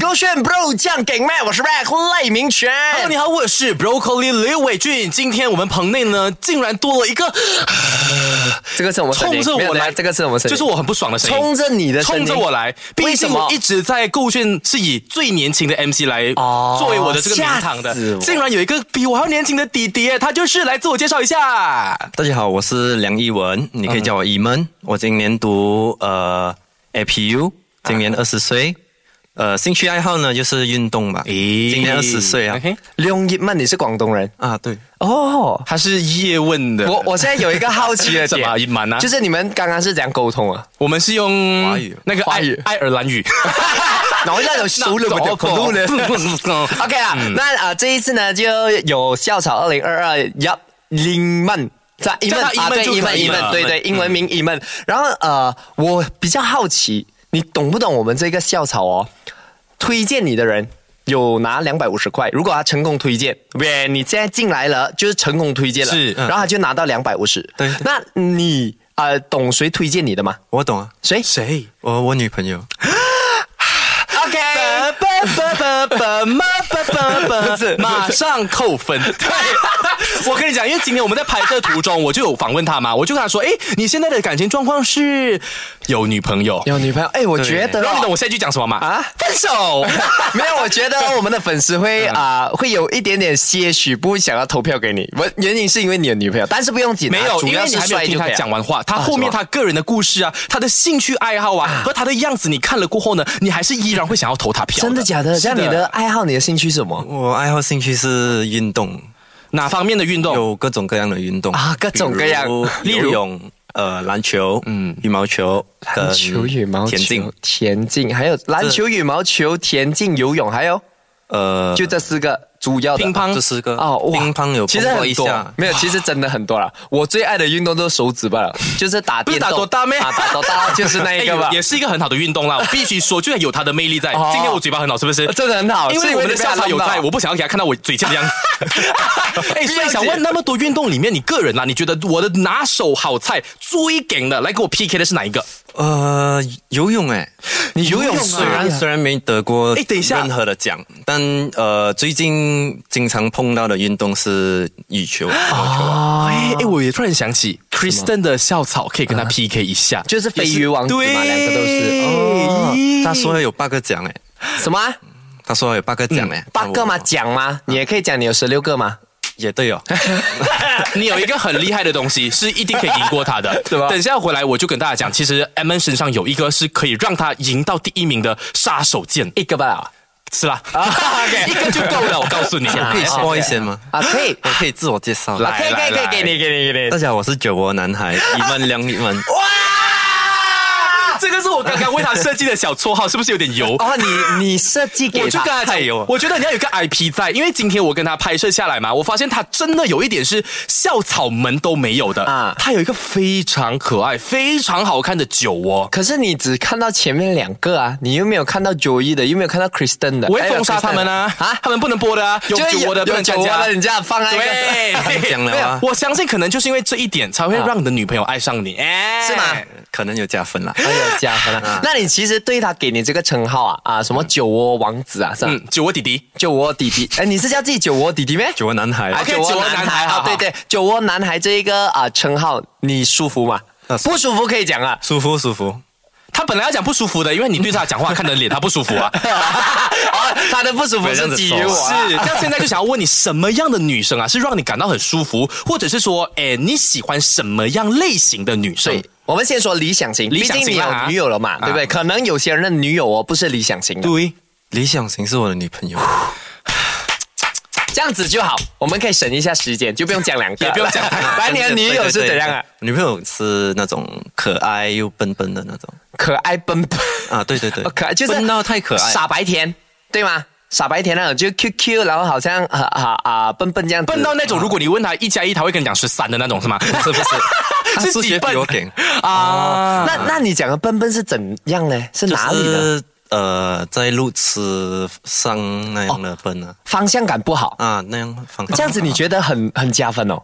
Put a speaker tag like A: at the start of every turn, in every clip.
A: 勾选 bro 酱给麦，我是 Rack 赖明全。
B: Hello，你好，我是 Broccoli 刘伟俊。今天我们棚内呢，竟然多了一个
C: 这个是我们声音
B: 冲着
C: 没有
B: 我
C: 没有
B: 来，
C: 这个是我们声音
B: 就是我很不爽的声音，
A: 冲着你的声音
B: 冲着我来。
A: 为
B: 毕
A: 什
B: 竟
A: 么
B: 我一直在构炫是以最年轻的 MC 来作为我的这个名堂
A: 哦吓死
B: 的
A: 我，
B: 竟然有一个比我还要年轻的弟弟，他就是来自我介绍一下。
D: 大家好，我是梁一文，你可以
A: 嗯
D: 叫我一闷。我今年读呃 APU，今
A: 啊
D: 年二十岁。呃，兴趣爱好呢就是运动吧。
B: 咦
D: 今年二十岁啊
B: OK
A: 刘一曼，你是广东人
D: 啊，对，
A: 哦。
B: 他是叶问的，
A: 我我现在有一个好奇的
B: 什
A: 点
B: 么隐瞒啊
A: 就是你们刚刚是怎样沟通 啊？
B: 我们是用
D: 华语
B: 那个
A: 华
B: 爱
A: 语
B: 爱尔兰语。
A: 然后那种 熟了我就口录
B: 嗯
A: 了。OK 啦，那啊、这一次呢就有校草二零二二 Yup 英文。在英文
B: 叫他
A: 啊，
B: Iman
A: 对
B: 就可
A: 英文
B: 以
A: 英文，
B: 了嗯
A: 对对，英文名英文。然后呃，我比较好奇，你懂不懂我们这个校草哦？推荐你的人有拿两百五十块，如果他成功推荐，喂，你现在进来了就是成功推荐了，
B: 是嗯
A: 然后他就拿到两百五十。
D: 对
A: 那你呃懂谁推荐你的吗？
D: 我懂啊，
A: 谁
B: 谁？
D: 我我女朋友。
A: ？OK，
B: 马上扣分。对， 我跟你讲，因为今天我们在拍摄途中，我就有访问他嘛，我就跟他说：“哎，你现在的感情状况是有女朋友？
A: 有女朋友？哎，我觉得哦、
B: 然后你懂我下一句讲什么吗？
A: 啊
B: 啊，分 手。
A: 没有，我觉得我们的粉丝会
B: 嗯
A: 啊、会有一点点些许不会想要投票给你，我原因是因为你有女朋友，但是不用紧啊、
B: 没有，
A: 主
B: 因为
A: 要
B: 你
A: 是
B: 还没有
A: 帅
B: 听
A: 就
B: 他
A: 可以了啊
B: 讲完话，他后面他个人的故事啊，他的兴趣爱好啊和他的样子，你看了过后呢，你还是依然会想要投他票。
A: 真的假的？
B: 是嗯
A: 像你的爱好、你的兴趣是什么
D: 我爱好兴趣是运动，
B: 哪方面的运动？
D: 有各种各样的运动
A: 哦啊各种各样
D: 比如游泳、呃篮球、嗯羽毛球、跟
A: 篮球、羽毛球、
D: 田径，
A: 田径，还有篮球、羽毛球、田径、游泳，还有
D: 呃，
A: 就这四个主要的。
B: 乒乓
D: 这四个
A: 哦，哇
D: 乒乓有
A: 其
D: 碰
A: 实
D: 过一
A: 很
D: 下
A: 多，，没有，其实真的很多 了。我最爱的运动都是手指罢了，就是打
B: 不
A: 电
B: 是
A: 动。
B: 打多大咩
A: 啊打多大就是那一个吧
B: 哎。也是一个很好的运动啦，我必须说，就是有它的魅力在
A: 哦。
B: 今天我嘴巴很好，是不是？
A: 真的很好
B: 因
A: 是
B: 为
A: 因
B: 啊我
A: 为
B: 们的
A: 你被他
B: 校草有
A: 弄到
B: 在，我不想要给他看到我嘴贱的样子。 哎，所以想问那么多运动里面，你个人啊，你觉得我的拿手好菜最顶的，来跟我 PK 的是哪一个？
D: 呃，游泳哎、
A: 你游泳啊
D: 虽然虽然没得过
B: 哎等一下
D: 任何的奖，但呃，最近经常碰到的运动是羽球、羽毛球啊。
B: 哎哎，我也突然想起 Kristen 的校草，可以跟他 PK 一下，
A: 啊就是飞鱼王子嘛
B: 对，
A: 两个都是哦
D: 他说有八个奖哎、
A: 什么啊？
D: 他说有八个奖哎、
A: 嗯八个吗？
D: 我？
A: 讲吗？你也可以讲你有十六个吗？
D: 也 对哦，
B: 你有一个很厉害的东西，是一定可以赢过他 的，对吧？等一下回来我就跟大家讲，其实 M N 身上有一个是可以让他赢到第一名的杀手锏，
A: 一个吧。
B: 是啦， 一个就够了，我告诉你。
D: 可以
A: 啊
D: 说一些吗？
A: 啊，可 以，
D: 我可以自我介绍。
B: 来
A: 可以，可以，可以，给你，给你，给
D: 大
A: 你。
D: 家好，我是酒窝 男孩，一万两一万。
B: 哇， 这个是我刚刚为他设计的小绰号，是不是有点油？
A: 哦，你你设计给
B: 我就
A: 他
B: 跟他讲
D: 太油了，
B: 我觉得你要有一个 IP 在，因为今天我跟他拍摄下来嘛，我发现他真的有一点是校草门都没有的
A: 啊
B: 啊，他有一个非常可爱、非常好看的酒窝。
A: 可是你只看到前面两个啊，你又没有看到 Joey 的，又没有看到 Kristen 的。
B: 我会封杀他们啊！
A: 哎
B: 啊，他们不能播的啊，有
A: 就是
B: 酒窝的不
A: 有
B: 能
A: 酒
B: 参
A: 窝
B: 加
A: 的，。你这样放在一个。啊
B: 对，
D: 讲了啊
B: 我相信可能就是因为这一点，才会让你的女朋友爱上你，哎，
A: 是吗
D: 可能有加分啦。
A: 哎呦，加 分
B: 啊
A: 了！那你其实对他给你这个称号啊啊，什么酒窝王子啊，是吧？
B: 嗯，酒窝弟弟，
A: 酒窝弟弟，哎，你是叫自己酒窝弟弟咩？
D: 酒窝男孩，
A: 啊，
B: OK，
A: 酒窝
B: 酒窝
A: 男
B: 男孩
A: 孩
B: 好
A: 啊，
B: 好
A: 对对，酒窝男孩这一个啊称号，你舒服吗？不舒服可以讲啊，
D: 舒服舒服。
B: 他本来要讲不舒服的，因为你对他讲话看得脸，他不舒 服啊。
A: 哦， 他的不舒服是基于我啊、
B: 是，那现在就想要问你，什么样的女生啊，是让你感到很舒服，或者是说，哎，你喜欢什么样类型的女生
A: 对？。我们先说理想型，
B: 理
A: 毕
B: 想
A: 竟你
B: 型
A: 有
B: 啦啊
A: 女友了嘛，对不对？可能有些人的女友哦不是理想型的，
D: 对，理想型是我的女朋友。
A: 这样子就好，我们可以省一下时间，就不用讲两个，
B: 也不用讲
A: 来，你的女友是怎样啊？
D: 对？对对女朋友是那种可爱又笨笨的那种
A: 可爱奔奔，
D: 啊，对对对，
A: 哦可爱就是
D: 笨到太可爱，
A: 傻白甜，对吗？傻白甜那种，就 Q Q，然后好像啊啊啊笨笨这样子，
B: 笨到那种，如果你问他一加一，他会跟你讲十三的那种，是吗？
D: 是 不是？她
B: 是
D: 数
B: 几
D: 学
B: 笨
D: 比我顶，
B: 啊，
A: 哦那那你讲的笨笨是怎样呢？是
D: 就
A: 哪里的？
D: 是呃，在路痴上那样的笨啊
A: 方向感不好，
D: 啊，那样方
A: 这样子你觉得很很加分哦？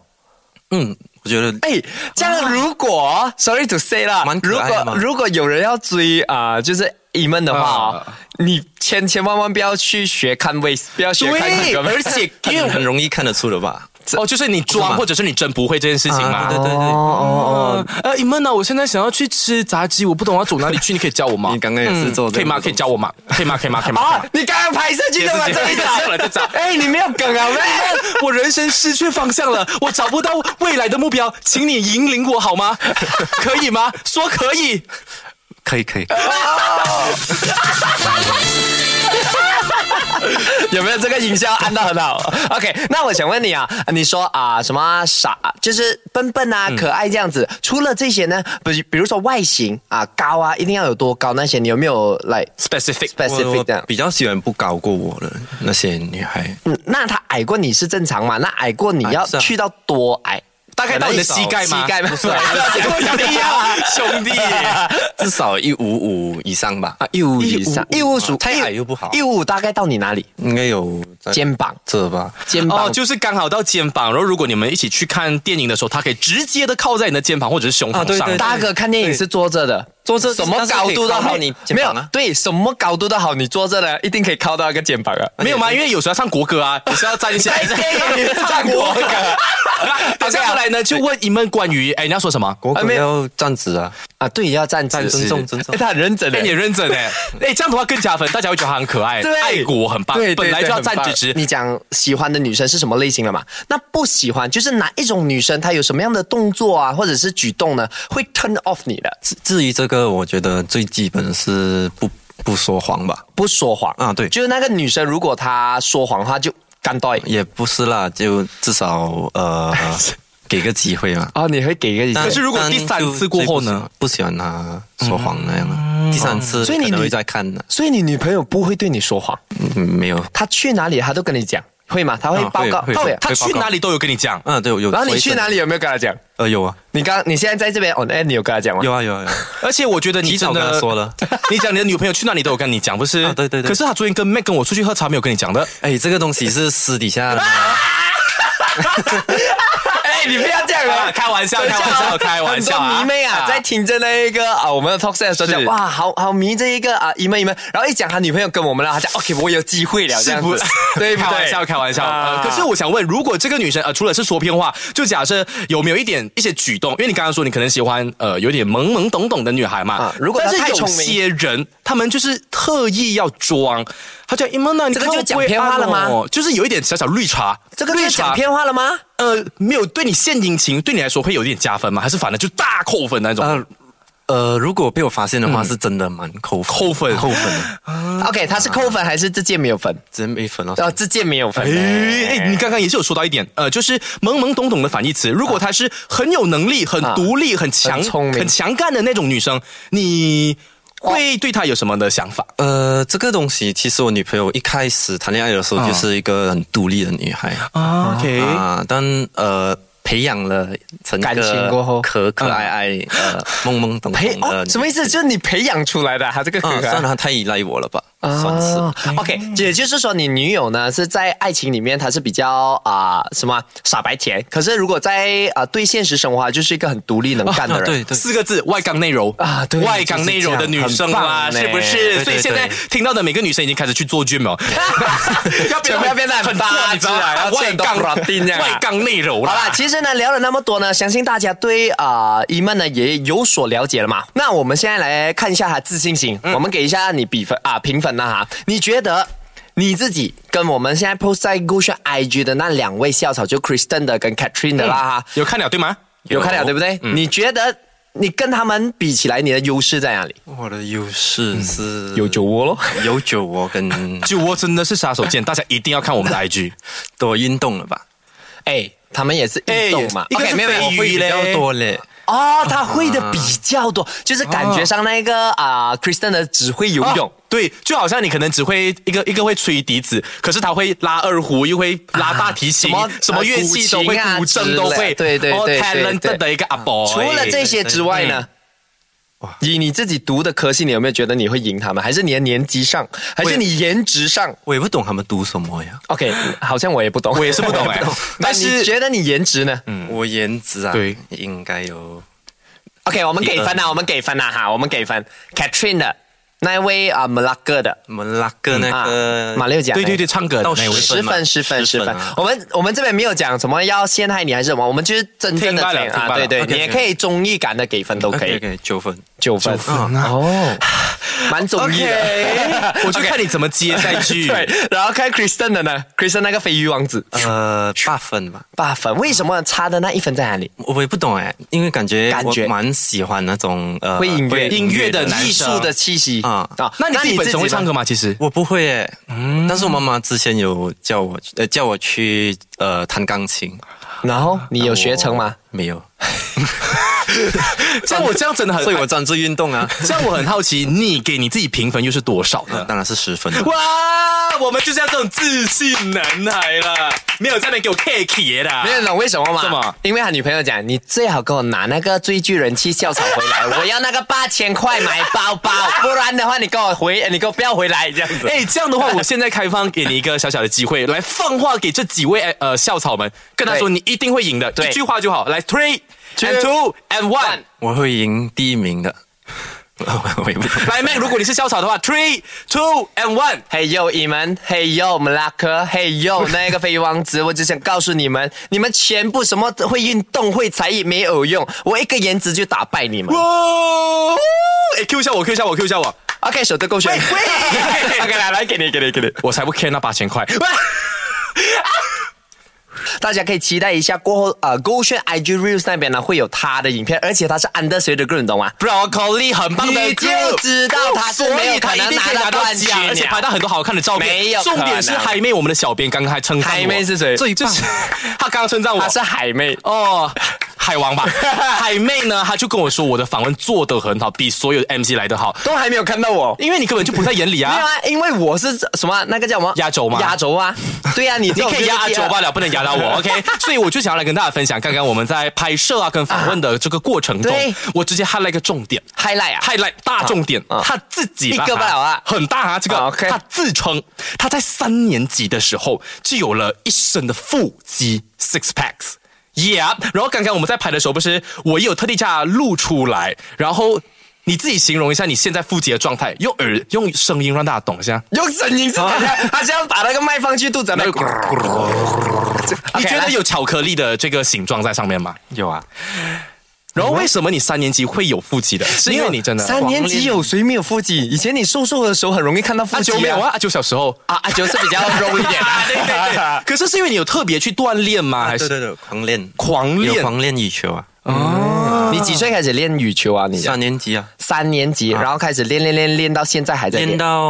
D: 嗯，我觉得
A: 哎，这样如果啊 sorry to say 啦
D: 蛮，可
A: 如
D: 爱的嘛
A: 果如果有人要追啊、就是 e m 的话、哦你千千万万不要去学看 w a 不要学看那
B: 对，
A: 个，
B: 而 且
D: 很
B: 因为
D: 很容易看得出的吧？
B: 哦，就是啊你装或者是你真不会这件事情嘛。
D: 对对对，
B: 哦，呃，你们呢？我现在想要去吃炸鸡，我不懂我要走哪里去，你可以教我吗？嗯
D: 你刚刚也是做
B: 可
D: 这
B: 以
D: 个
B: 吗？
D: 动作
B: 可以教我吗？可以吗？可以吗？可以
A: 啊
B: 吗？，
A: 你刚刚拍下去 的吗？
B: 也是
A: 这一
B: 这样了这
A: 张
B: 张，
A: 哎，你没有梗啊喂！
B: 我人生失去方向了，我找不到未来的目标，请你引领我好吗？ 可以吗？说可以。
D: 可以可以，
A: 有没有这个营销按到很 好？OK，那我想问你啊，你说啊、什么傻，就是笨笨啊、可爱这样子，除了这些呢，比比如说外形啊、高啊，一定要有多高那些，你有没有来
B: Specific，
D: 我
A: specific 这
D: 我
A: 样？
D: 比较喜欢不高过我的那些女孩，
A: 嗯，那他矮过你是正常嘛？那矮过你要
D: 是啊
A: 去到多矮？
B: 大概到你的膝盖吗？啊
A: 膝盖吗？
B: 兄弟呀，啊 兄弟，
D: 至少一五五以上吧，
A: 一五以上，一五属
D: 太矮又不好
A: 一五大概到你哪里？
D: 应该有在
A: 肩膀，
D: 这吧？
A: 肩
B: 哦，
A: 膀。
B: 就是刚好到肩膀，然后如果你们一起去看电影的时候，他可以直接的靠在你的肩膀或者是胸
D: 啊
B: 膛
D: 对
B: 上
D: 对。
A: 大哥看电影是坐着的，
D: 坐着
A: 什么高度都
D: 但是可以靠
A: 好，
D: 到
A: 你
D: 你
A: 没
D: 肩
A: 有
D: 膀啊
A: 对什么高度都好，你坐着的一定可以靠到一个肩膀啊。
B: 没有吗？因为有时候要唱国歌 啊，有时候要站一下。
A: 唱国歌，
B: 等下回来呢，就问你们关于哎，你要说什么？
D: 我
A: 啊
D: 可
A: 没
D: 能
A: 有
D: 要站直啊，
A: 啊，对，要站直，
D: 站尊重尊重
A: 哎 他很认真的
B: 哎，你。也认真哎， 哎，这样的话更加分，大家会觉得他很可爱，
A: 对，
B: 爱国很棒
A: 对，，对
B: 本来就要站直
A: 对
B: 直
A: 很。棒你讲喜欢的女生是什么类型的嘛？那不喜欢就是哪一种女生，她有什么样的动作啊，或者是举动呢，会 turn off 你的？
D: 至至于这个，我觉得最基本是不不说谎吧，
A: 不说谎
D: 啊对
A: 就是那个女生，如果她说谎的话，就干对。
D: 也不是啦，就至少 呃给个机会嘛。
A: 哦，你会给一个理解
B: 可是如果
D: 但
B: 第三
D: 就
B: 次过后呢嗯
D: 最不喜欢？不喜欢他说谎那样啊，第三次
A: 所以你
D: 可能
A: 女
D: 会再看的，
A: 所以你女朋友不会对你说谎，
D: 嗯，没有。
A: 她去哪里她都跟你讲，会吗？她会
D: 啊
A: 报告，
D: 会会
A: 她
D: 会
B: 他去哪里都有跟你讲，
D: 嗯，对，我有。
A: 然后你去哪
D: 里？
A: 里有没有跟她讲？
D: 呃，有啊，
A: 你刚你现在在这边 on air，你有跟她讲吗？
D: 有啊，有 啊，有啊。
B: 而且我觉得你
D: 提
B: 真
D: 早跟
B: 的
D: 他说了，
B: 你讲你的女朋友去哪里都有跟你讲，不是？
D: 啊对对对
B: 可是他昨天跟 Mac 跟我出去喝茶没有跟你讲的，
D: 哎，这个东西是私 底下的嘛，
A: 哎，你不要这样
B: 啊
A: 啊！
B: 开玩笑，开玩笑，开玩笑
A: 很
B: 啊！
A: 多迷妹啊，在听着那一个啊，我们的 talk set 的时候
D: 是
A: 讲哇，好好迷这一个啊，一妹一妹，然后一讲他女朋友跟我们了，他 讲 OK，我有机会了，这
B: 是
A: 样
B: 不
A: 子， 对不对？
B: 开玩笑，开玩笑。
A: 啊
B: 呃可是我想问，如果这个女生呃，除了是说偏话，就假设有没有一点一些举动？因为你刚刚说你可能喜欢呃有点懵懵懂懂的女孩嘛。
A: 啊如果她
B: 但是
A: 太
B: 有
A: 聪明
B: 些人他们就是特意要装，他讲 i m a n
A: 这个就讲偏话了吗
B: 哦就是有一点小小绿茶，
A: 这个就是
B: 绿茶
A: 讲偏话了吗？
B: 呃，没有对你献殷勤，对你来说会有点加分吗？还是反正就大扣分那种？
D: 呃呃，如果被我发现的话，是真的蛮扣
B: 嗯扣分
D: 扣分 的，
B: 嗯
A: OK，他是扣分还是自荐没有分？
D: 真没分了。
A: 哦，自荐没有分。
B: 哎哎，你刚刚也是有说到一点，呃，就是懵懵懂懂的反义词。如果她是很有能力、很独立、很强、
A: 啊很聪明
B: 强干的那种女生，你会对她有什么的想法？
D: 呃，这个东西其实我女朋友一开始谈恋爱的时候就是一个很独立的女孩
B: 啊，OK，
D: 啊，但呃。培养了成一个
A: 感情过后嗯
D: 可可爱爱、呃懵懵懂
A: 培
D: 懂的
A: 哦，
B: 嗯
D: 女
A: 什么意思？就是你培养出来的啊，他这个可
D: 啊，算了，
A: 爱。
D: 她太依赖我了吧，算是吧
A: 啊。，OK，也就是说，你女友呢是在爱情里面她是比较啊、什么啊傻白甜，可是如果在啊、对现实生活啊就是一个很独立能干的
D: 啊
A: 人。
D: 对对，
B: 四个字，外刚内柔
A: 啊对
B: 外刚内柔的女生啦，
A: 就是这
B: 是
A: 样
B: 不
A: 很
B: 是？
D: 棒
B: 所以
D: 对对
B: 现在
D: 对
B: 听到的每个女生已经开始去做 gym 了，要
A: 全部要变得很
B: 壮
A: 大
B: 你知道
A: 只啊
B: 吗？
A: 要吃
B: 外
A: 很多
B: 刚
A: protein 这样啊
B: 外刚内柔
A: 好啦
B: 啦，。
A: 其实呢聊了那么多呢，相信大家对啊伊曼呢也有所了解了嘛。那我们现在来看一下他自信心，我们给一下你比分啊评分呐哈，你觉得？你自己跟我们现在 post 在 g o s h IG 的那两位校草，就 Kristen 的跟 Catherine 的啦哈，
B: 有看了对吗？
A: 有看了对不对？你觉得你跟他们比起来，你的优势在哪里？
D: 我的优势是
A: 窝咯。
D: 有酒窝跟
B: 酒窝真的是杀手锏，大家一定要看我们的 IG。
D: 多运动了 吧？
A: 哎，他们也是运动嘛
B: 哎，一个是
A: OK，没有没有
B: 飞
A: 我
B: 鱼
A: 会
D: 会比较多嘞，
A: 哦，他会的比较多，就是感觉上那个啊、Kristen 的只会游泳
B: 啊。对，就好像你可能只会一个一个会吹笛子，可是他会拉二胡，又会拉大提琴，
A: 什么
B: 什么乐器都会，
A: 呃
B: 古
A: 古琴啊
B: 筝都
A: 之类
B: 会，
A: 对对
B: 哦哎
A: 对对
B: talent
A: 对
B: 的一个阿伯。
A: 除了这些之外呢，以你自己读的科系，你有没有觉得你会赢他们？还是你的年纪上，还是你颜值上
D: 我也不懂他们读什么呀。
A: ？OK，好像我也 不懂，
B: 我也是不懂哎，
A: 但
B: 但
A: 是
B: 是嗯
A: 觉得你颜值呢？
D: 我颜值啊，
B: 对，
D: 应该有
A: OK，我们给分呐、啊
B: 嗯
A: 我们给分呐、哈，我们给分。Catherine 的那一位啊，马拉哥的
D: 我们拉个那
A: 啊，
D: 个、
A: 马六甲
B: 对对对，
A: 那
B: 唱歌的
D: 到
B: 那一位
D: 十
A: 十分十分十
D: 十分
A: 分
D: 啊。
A: 我们我们这边没有讲什么要陷害你还是什么，我们就是真正的
B: 听罢
A: 讲
B: 了听罢
A: 啊，
B: 了
A: 对对，
B: OK，OK
A: 你也可以中意感的给分都可
D: OK
A: 以，
D: OK 九分，
A: 九分
B: 啊
A: 哦，蛮中意的。
B: 嗯我就看你怎么接下 去。
A: 对，然后看 Kristen 的呢，Kristen 那个飞鱼王子
D: 呃，八分吧。
A: 八分，为什么差的那一分在哪里？
D: 我也不懂哎，因为感觉
A: 感
D: 我
A: 觉
D: 蛮喜欢那种呃
A: 会音乐
B: 音乐的男
A: 艺
B: 生
A: 术的气息
D: 啊
A: 啊
B: 那你自己本身会唱歌吗？其实
D: 我不会诶，但是我妈妈之前有叫我呃叫我去呃弹钢琴，
A: 然后你有学成吗？？
D: 没有，
B: 像我这样真的很，
D: 所以我专注运动啊，
B: 像我很好奇，你给你自己评分又是多少呢？
D: 当然是十分。
B: 哇，我们就是要这种自信男孩了，没有在那给我 K K 的啊。
A: 没有懂为 什么吗？
B: 什么
A: 因为他女朋友讲，你最好给我拿那个最具人气校草回来，我要那个八千块买包包，不然的话你给我回，你给我不要回来这样 子。
B: 哎，这样的话，我现在开放给你一个小小的机会，来放话给这几位呃校草们，跟他说
A: 对
B: 你一定会赢的，
A: 对
B: 一句话就好。来，three and two and one，
D: 我会赢第一名的， 我也不懂。
B: 来，妹，如果你是校草的话，three two and one。
A: 嘿呦，你们，嘿呦，我们拉克，嘿呦，那个飞王子，我只想告诉你们，你们全部什么会运动、会才艺没有用，我一个颜值就打败你们。
B: 哦，哎，Q 一下我，Q 一下我，Q 一下我。
A: OK，手都够炫。
B: OK，来来，给你，给你，给你，我才不 care 那八千块。
A: 大家可以期待一下，过后呃，勾选 IG Reels 那边呢会有他的影片，而且他是 under 谁的歌，你懂吗？
B: Broccoli 很棒的
A: 你就知道他是没有可能拿到冠军啊
B: 所以他一定可以拿到奖而且拍到很多好看的照片。
A: 没有可
B: 重
A: 能啊
B: 点是海妹，我们的小编刚刚还称赞我。
A: 海妹是谁
B: 最 棒。他刚刚称赞我，
A: 他是海妹。
B: 哦，海王吧。海妹呢，她就跟我说我的访问做得很好，比所有的 MC 来得好，
A: 都还没有看到我。
B: 因为你根本就不在眼里
A: 没有
B: 啊。
A: 啊，因为我是什么那个叫什么
B: 压轴吗
A: 压轴啊，对啊，你
B: 你可以压阿九罢了，不能压到我，OK？所以我就想要来跟大家分享，刚刚我们在拍摄啊跟访问的这个过程中
A: 对，
B: 我直接 highlight 一个重点，
A: ，highlight 啊
B: highlight 大重点，
A: 啊啊
B: 他自己啦
A: 一个不了啊
B: 很大啊，这个、
A: 啊，OK
B: 他自称他在三年级的时候就有了一身的腹肌 six packs。Yeah，然后刚刚我们在拍的时候，不是我也有特地叫他录出来，然后你自己形容一下你现在腹肌的状态，用耳用声音让大家懂一下。
A: 用声音是吧？他是要把那个麦放去肚子那里咕噜咕噜咕噜咕噜
B: 你
A: OK，
B: 觉
A: 来
B: 得有巧克力的这个形状在上面吗？
D: 有啊，
B: 然后为什么你三年级会有腹肌的？是因为你真的
A: 三年级有谁没有腹肌？以前你瘦瘦的时候很容易看到
B: 阿
A: 腹肌
B: 九没有啊，阿九小时候。
A: 啊，啊就是比 较肉一点
B: 啊，对对对， 可是是因为你有特别去锻炼吗？还是
D: 对对对，狂练，
B: 狂
D: 有
B: 练？
D: 狂练羽球啊，
A: 对，你几岁开始练羽球啊？你
D: 三年级啊，
A: 三年级，然后开始练练练练到现在还在
D: 练
A: 练。
D: 到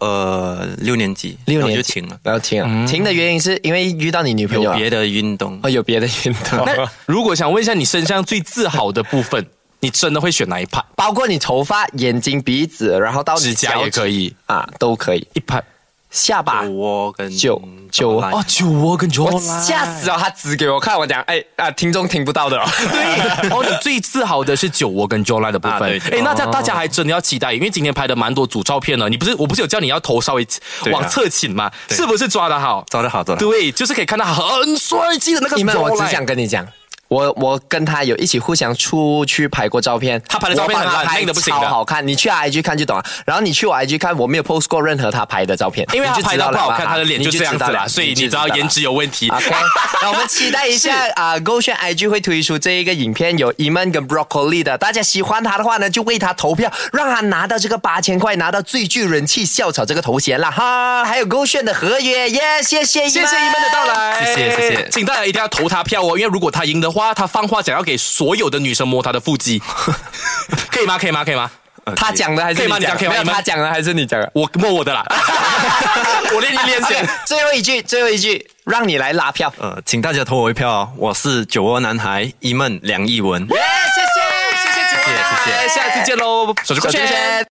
D: 呃六年级，
A: 六
D: 然后
A: 年
D: 就
A: 级
D: 停了，
A: 然后停了。停的原因是因为遇到你女朋友
D: 有
A: 啊，
D: 别的运动
A: 哦，有别的运动。
B: 那如果想问一下你身上最自豪的部分，你真的会选哪一派？
A: 包括你头发、眼睛、鼻子，然后到
B: 指
A: 你
B: 甲
A: 脚
B: 也可以，
A: 啊，都可以。
B: 一派
A: 下巴，
D: 酒窝跟
A: 呃酒酒窝
D: 哦，
B: 酒窝跟酒
A: 我吓死了，他指给我看，我讲，哎啊，听众听不到的、哦。
B: 对，哦，你最自豪的是酒窝跟 Jola 的部
D: 啊
B: 分
D: 对。
B: 哎、那大大家还真的要期待，因为今天拍的蛮多组照片了。你不是我不是有叫你要头稍微
D: 对啊
B: 往侧倾嘛？是不是抓的好？
D: 抓得好，抓得好。
B: 对，就是可以看到很帅气的那个 Jola。
A: 你们，我只想跟你讲。我我跟他有一起互相出去拍过照片，
B: 他拍的照片很烂
A: 我帮他拍
B: 那个不行
A: 超
B: 的
A: 好看。你去他 IG 看就懂了，啊然后你去我 IG 看，我没有 post 过任何他拍的照片，
B: 因为他
A: 你就
B: 拍
A: 知
B: 到
A: 道
B: 不
A: 了
B: 好
A: 嘛
B: 看，他的脸就这样子啦，所以你知道啊颜。值有问题。
A: OK，那我们期待一 下啊，勾选 IG 会推出这一个影片，有 e m a n 跟 Broccoli 的，大家喜欢他的话呢，就为他投票，让他拿到这个八千块，拿到最具人气校草这个头衔啦哈。还有勾选的合约，耶、谢谢
B: 谢
A: Iman
B: 谢你们的到。来，
D: 谢谢谢谢
B: 请大家一定要投他票哦，因为如果他赢的话，他放话想要给所有的女生摸他的腹 肌，可以吗？可以吗？可以吗？
D: 嗯
A: 他讲的还是
B: 可以
A: 你
B: 吗
A: 讲的？
B: 你讲可以吗
A: 没有
B: 你们
A: 他讲的还是你讲的？
B: 我摸我的 啦，我练一练先
A: OK，。最后一句，最后一句，让你来拉票。
D: 呃，请大家投我一票哦！我是酒窝男孩一梦梁艺文。
A: 耶、谢谢，谢谢主持人，
D: 谢谢谢
B: 下次见喽，手机
A: 手
B: 快
A: 圈
B: 圈。
A: 圈。